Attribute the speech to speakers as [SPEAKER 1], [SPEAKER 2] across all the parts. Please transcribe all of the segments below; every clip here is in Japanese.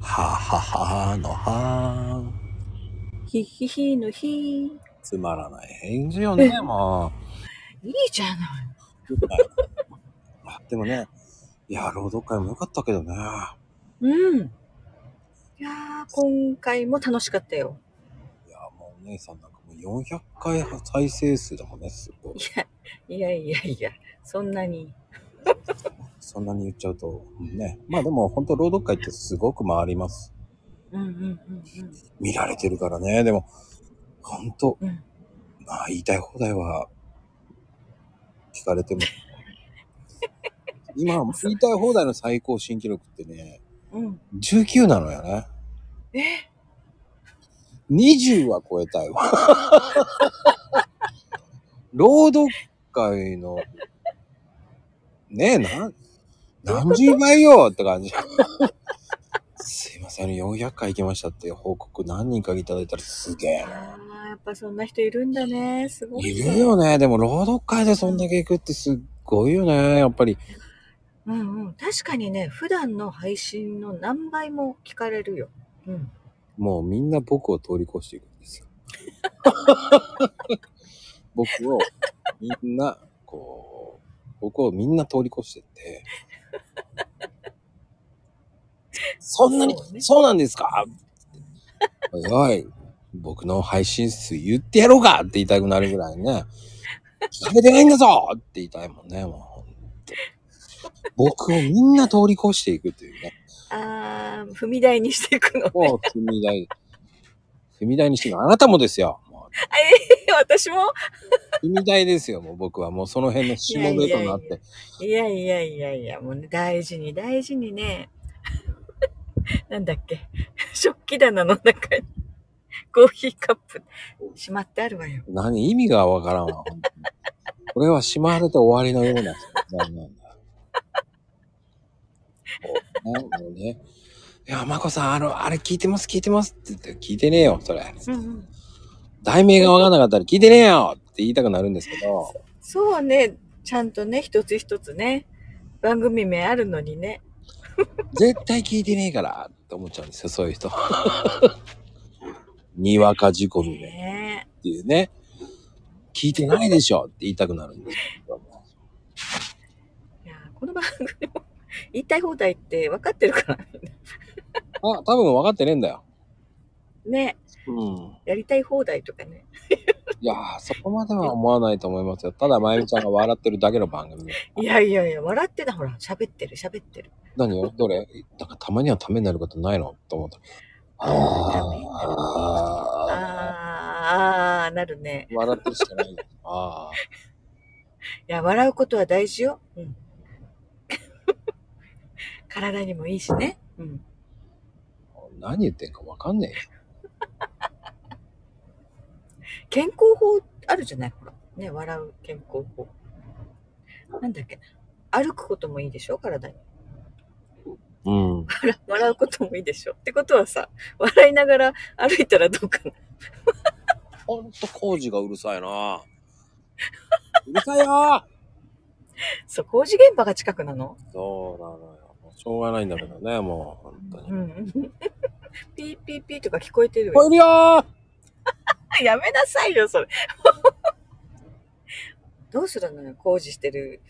[SPEAKER 1] はははのは
[SPEAKER 2] ひひひのひ。い
[SPEAKER 1] つまらない返事よね、も
[SPEAKER 2] いじゃない。
[SPEAKER 1] う。まあでもね、いや、朗読会も良かったけどね。
[SPEAKER 2] うん。いやー、今回も楽しかったよ。
[SPEAKER 1] いや、もうお姉さんなんかもう400回再生数だもんね、すごい。
[SPEAKER 2] いやいやいや、そんなに。
[SPEAKER 1] そんなに言っちゃうと、ね。まあでも本当朗読会ってすごく回ります。
[SPEAKER 2] うんうんうん
[SPEAKER 1] 見られてるからね、でも、本当、
[SPEAKER 2] うん。うん。
[SPEAKER 1] まあ言いたい放題は、聞かれても。今、言いたい放題の最高新記録ってね、
[SPEAKER 2] うん、
[SPEAKER 1] 19なのよね。
[SPEAKER 2] え
[SPEAKER 1] 20は超えたいわ。朗読会の、ねえ、なん、何十倍よって感じ。すいません、400回行きましたっていう報告何人かいただいたらすげえな。
[SPEAKER 2] あーやっぱそんな人いるんだね。すごい。
[SPEAKER 1] いるよね。でも朗読会でそんだけ行くってすっごいよね。やっぱり。
[SPEAKER 2] うんうん。確かにね、普段の配信の何倍も聞かれるよ。うん。
[SPEAKER 1] もうみんな僕を通り越していくん ですよ。僕をみんな、こう、僕をみんな通り越してって。そんなに、
[SPEAKER 2] そう
[SPEAKER 1] そう,、
[SPEAKER 2] ね
[SPEAKER 1] なんですかおいおい、僕の配信数言ってやろうかって言いたくなるぐらいね。食べてないんだぞって言いたいもんね、もうほんと。僕をみんな通り越していくというね。
[SPEAKER 2] あー、踏み台にしていくの。 あ
[SPEAKER 1] もう踏み台。踏み台にしてる。あなたもですよ。もう
[SPEAKER 2] えー私も
[SPEAKER 1] 踏み台ですよ、もう僕は。もうその辺の下ネタになっ
[SPEAKER 2] いや
[SPEAKER 1] て。
[SPEAKER 2] いやいやいやいや、もうね、大事に大事にね。 なんだっけ。 食器棚の中にコーヒーカップしまってあるわよ。
[SPEAKER 1] 何意味がわからんわ。本当にこれはしまわれて終わりのような存在なんだ。もうね、もうね。いや、まこさん、あの、あれ聞いてます、聞いてますって言って、聞いてねえよ、それ。
[SPEAKER 2] うんうん。
[SPEAKER 1] 題名がわからなかったら聞いてねえよって言いたくなるんですけど、
[SPEAKER 2] そうね、ちゃんとね、一つ一つね、番組名あるのにね。
[SPEAKER 1] 絶対聞いてねえからって思っちゃうんですよ、そういう人。 にわか事故みね。
[SPEAKER 2] ね
[SPEAKER 1] っていうね、聞いてないでしょって言いたくなるんですけども。
[SPEAKER 2] えいやこの番組も 言いたい放題って分かってるから
[SPEAKER 1] あ、多分分かってねえんだよ。
[SPEAKER 2] ね、
[SPEAKER 1] うん。
[SPEAKER 2] やりたい放題とかね。
[SPEAKER 1] いやー、そこまでは思わないと思いますよ。ただ、まゆみちゃんが笑ってるだけの番組。
[SPEAKER 2] いやいやいや、笑ってたほら、喋ってる喋ってる。
[SPEAKER 1] 何よどれなんかたまにはためになることないのと思った。あー
[SPEAKER 2] あーあー、なるね。
[SPEAKER 1] 笑ってるしかないよ。ああ。
[SPEAKER 2] いや、笑うことは大事よ。うん。 体にもいいしね。うん。
[SPEAKER 1] 何言ってんか分かんねえよ。
[SPEAKER 2] 健康法あるじゃないほら。ね、笑う健康法。なんだっけな。歩くこともいいでしょ体に。
[SPEAKER 1] うん。
[SPEAKER 2] 笑うこともいいでしょってことはさ、笑いながら歩いたらどうかな。
[SPEAKER 1] ほんと工事がうるさいな。うるさいよー
[SPEAKER 2] そう、工事現場が近くなの
[SPEAKER 1] そうなのよ。もうしょうがないんだけどね、もう、本当に
[SPEAKER 2] う。ん。 ピーピーピーとか聞こえてるよ
[SPEAKER 1] 聞。こえるよー
[SPEAKER 2] やめなさいよ、それ。どうするのよ、工事してる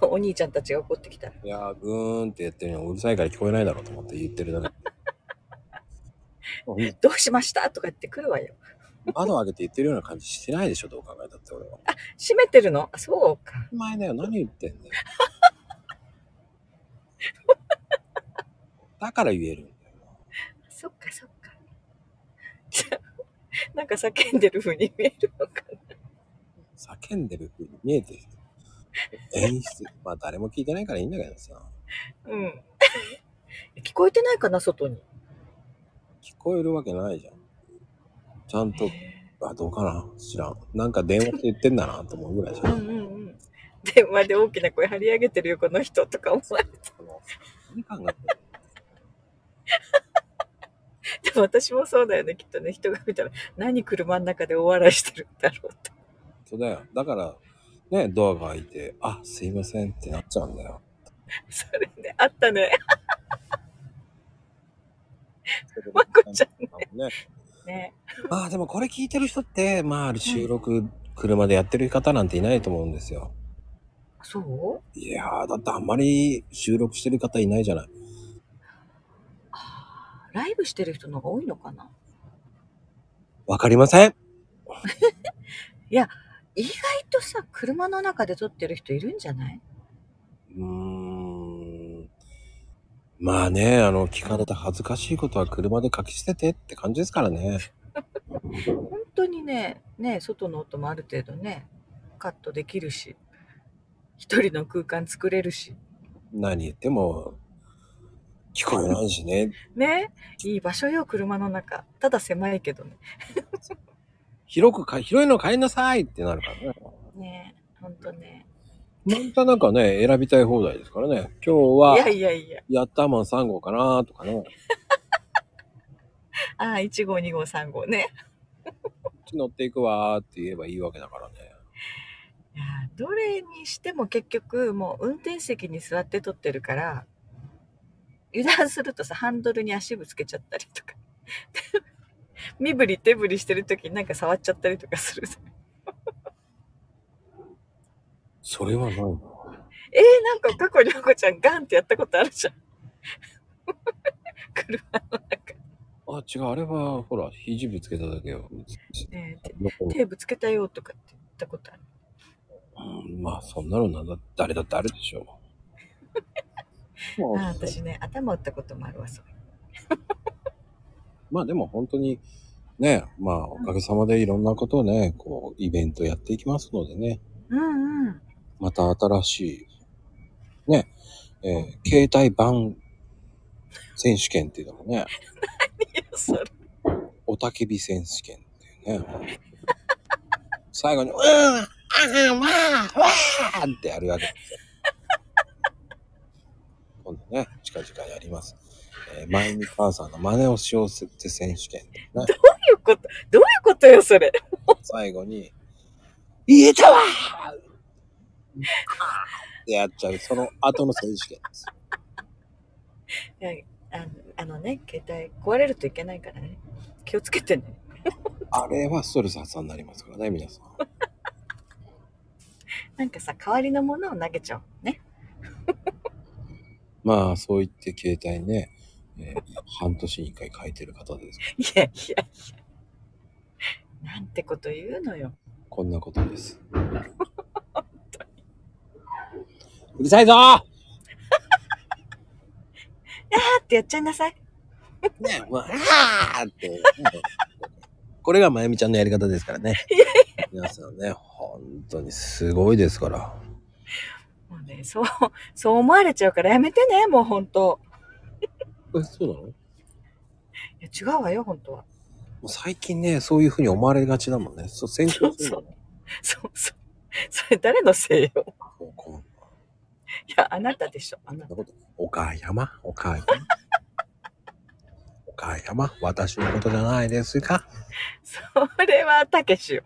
[SPEAKER 2] お兄ちゃんたちが怒ってきたら。
[SPEAKER 1] いやー、ぐーんって言ってるのうるさいから聞こえないだろうと思って言ってるだけ。
[SPEAKER 2] どうしましたとか言ってくるわよ。
[SPEAKER 1] 窓を開けて言ってるような感じしてないでしょ、どう考えたって俺は。
[SPEAKER 2] 閉めてるのあそうか。
[SPEAKER 1] お前だよ、何言ってんだよ。だから言えるんだよ。
[SPEAKER 2] そっかそっか。じゃあ、 なんか叫んでる風に見えるのかな。
[SPEAKER 1] 叫んでる風に見えてる。演出。まあ誰も聞いてないからいいんだけどさ。
[SPEAKER 2] うん。 聞こえてないかな、外に。
[SPEAKER 1] 聞こえるわけないじゃん。ちゃんと、あ、どうかな知らん。なんか電話って言ってんだなと思うぐらいじゃ。
[SPEAKER 2] うんんうんうん。電話で大きな声張り上げてるよ、この人とか思われて。
[SPEAKER 1] 何考えてんの
[SPEAKER 2] でも私もそうだよね、きっとね。人が見たら、何車の中で大笑いしてるんだろうって。
[SPEAKER 1] そうだよ。だから、ね、ドアが開いて、あ、すいませんってなっちゃうんだよ。
[SPEAKER 2] それね、あったね。
[SPEAKER 1] ね。
[SPEAKER 2] ね。
[SPEAKER 1] まあでもこれ聞いてる人って、まあ収録車でやってる方なんていないと思うんですよ。
[SPEAKER 2] そう
[SPEAKER 1] いやー、だってあんまり収録してる方いないじゃない。
[SPEAKER 2] あーライブしてる人の方が多いのかな
[SPEAKER 1] わかりません。
[SPEAKER 2] 意外とさ、車の中で撮ってる人いるんじゃないう
[SPEAKER 1] ーん。まあね、あの、聞かれた恥ずかしいことは車で書き捨ててって感じですからね。
[SPEAKER 2] 本当にね、ね、外の音もある程度ね、カットできるし、一人の空間作れるし、
[SPEAKER 1] 何言っても、聞こえないしね。
[SPEAKER 2] ね、いい場所よ、車の中。ただ狭いけどね。
[SPEAKER 1] 広くか、広いの買いなさいってなるからね。
[SPEAKER 2] ね、本当ね。
[SPEAKER 1] 本当はなんかね、選びたい放題ですからね。今日
[SPEAKER 2] い
[SPEAKER 1] は、
[SPEAKER 2] やいやいや、
[SPEAKER 1] ヤッターマン3号かなとかね。こ
[SPEAKER 2] ああ、1号、2号、3号ね。
[SPEAKER 1] っち乗っていくわーって言えばいいわけだからね。
[SPEAKER 2] いやーどれにしても結局もう運転席に座って撮ってるから油断するとさハンドルに足ぶつけちゃったりとか 身振り手振りしてる時になんか触っちゃったりとかする
[SPEAKER 1] それはないな。
[SPEAKER 2] えー、なんか過去にょこちゃんガンってやったことあるじゃん 車の中
[SPEAKER 1] あ、違う、あれは、ほら、肘ぶつけただけよ。
[SPEAKER 2] ねえ
[SPEAKER 1] う
[SPEAKER 2] 手手ぶつけたよとかって言ったことある
[SPEAKER 1] んまあ、そんなのなんだ、誰だってあるでしょう。もう
[SPEAKER 2] あー私ね頭打ったこともあるわそう
[SPEAKER 1] まあでも本当に、ね、まあおかげさまでいろんなことをね、こう、イベントやっていきますのでね、
[SPEAKER 2] うん うん
[SPEAKER 1] また新しい、ね、えー携帯版選手権っていうのもね、
[SPEAKER 2] いやそれ
[SPEAKER 1] おたけび選手権っていうね、最後に、うーん、あーわー、わーってやるわけですよ。今度ね、近々やります。えー、まゆみ母さんの真似をしようって選手権っていうね。
[SPEAKER 2] どういうことどういうことよそれ
[SPEAKER 1] 最後に、言えたわーってやっちゃう、その後の選手権です。
[SPEAKER 2] いやあのあのね携帯壊れるといけないからね気をつけてね
[SPEAKER 1] あれはストレス発散になりますからね、皆さん。
[SPEAKER 2] なんかさ代わりのものを投げちゃうね
[SPEAKER 1] まあ、そう言って携帯ね、えー半年に一回変えてる方です。
[SPEAKER 2] いやいやいやなんてこと言うのよ
[SPEAKER 1] こんなことです。うるさいぞー
[SPEAKER 2] パッてやっちゃいなさい
[SPEAKER 1] ねもう、あーって、ねこれがまゆみちゃんのやり方ですからね。皆さんね、本当にすごいですから。
[SPEAKER 2] もうねそうそう思われちゃうからやめてねもう本当
[SPEAKER 1] え、そうなの
[SPEAKER 2] いや違うわよ本当は
[SPEAKER 1] もう最近ね、そういうふうに思われがちだもんね。そう、選
[SPEAKER 2] そ
[SPEAKER 1] 挙
[SPEAKER 2] うそうそうそうそれ誰のせいよ
[SPEAKER 1] もうこん
[SPEAKER 2] いやあなたでしょあなた
[SPEAKER 1] なこと。お母山、お母山。お母山、私のことじゃないですか。
[SPEAKER 2] それはたけしよ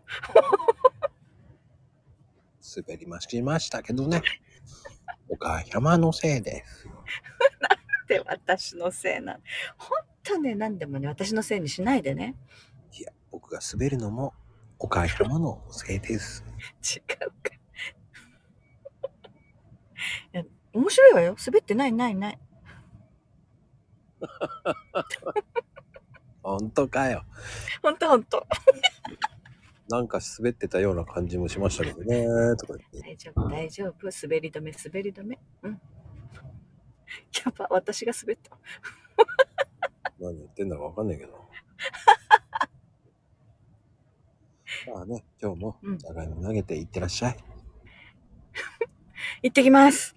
[SPEAKER 1] 滑りましましたけどね。お母山のせいです。
[SPEAKER 2] って私のせいな本当ね何でもね私のせいにしないでね
[SPEAKER 1] いや、僕が滑るのも、お母山のせいです。
[SPEAKER 2] 違うか。 いや面白いわよ。滑ってないないない。
[SPEAKER 1] 本当かよ。
[SPEAKER 2] ほんとほんと。
[SPEAKER 1] なんか滑ってたような感じもしましたけどね、とか言って。
[SPEAKER 2] 大丈夫大丈夫。滑り止め滑り止め。うん。やば私が滑った。
[SPEAKER 1] 何言ってんだかわかんない けど。まあね、今日も
[SPEAKER 2] うん、
[SPEAKER 1] じゃがいも投げていってらっしゃい。
[SPEAKER 2] 行ってきます。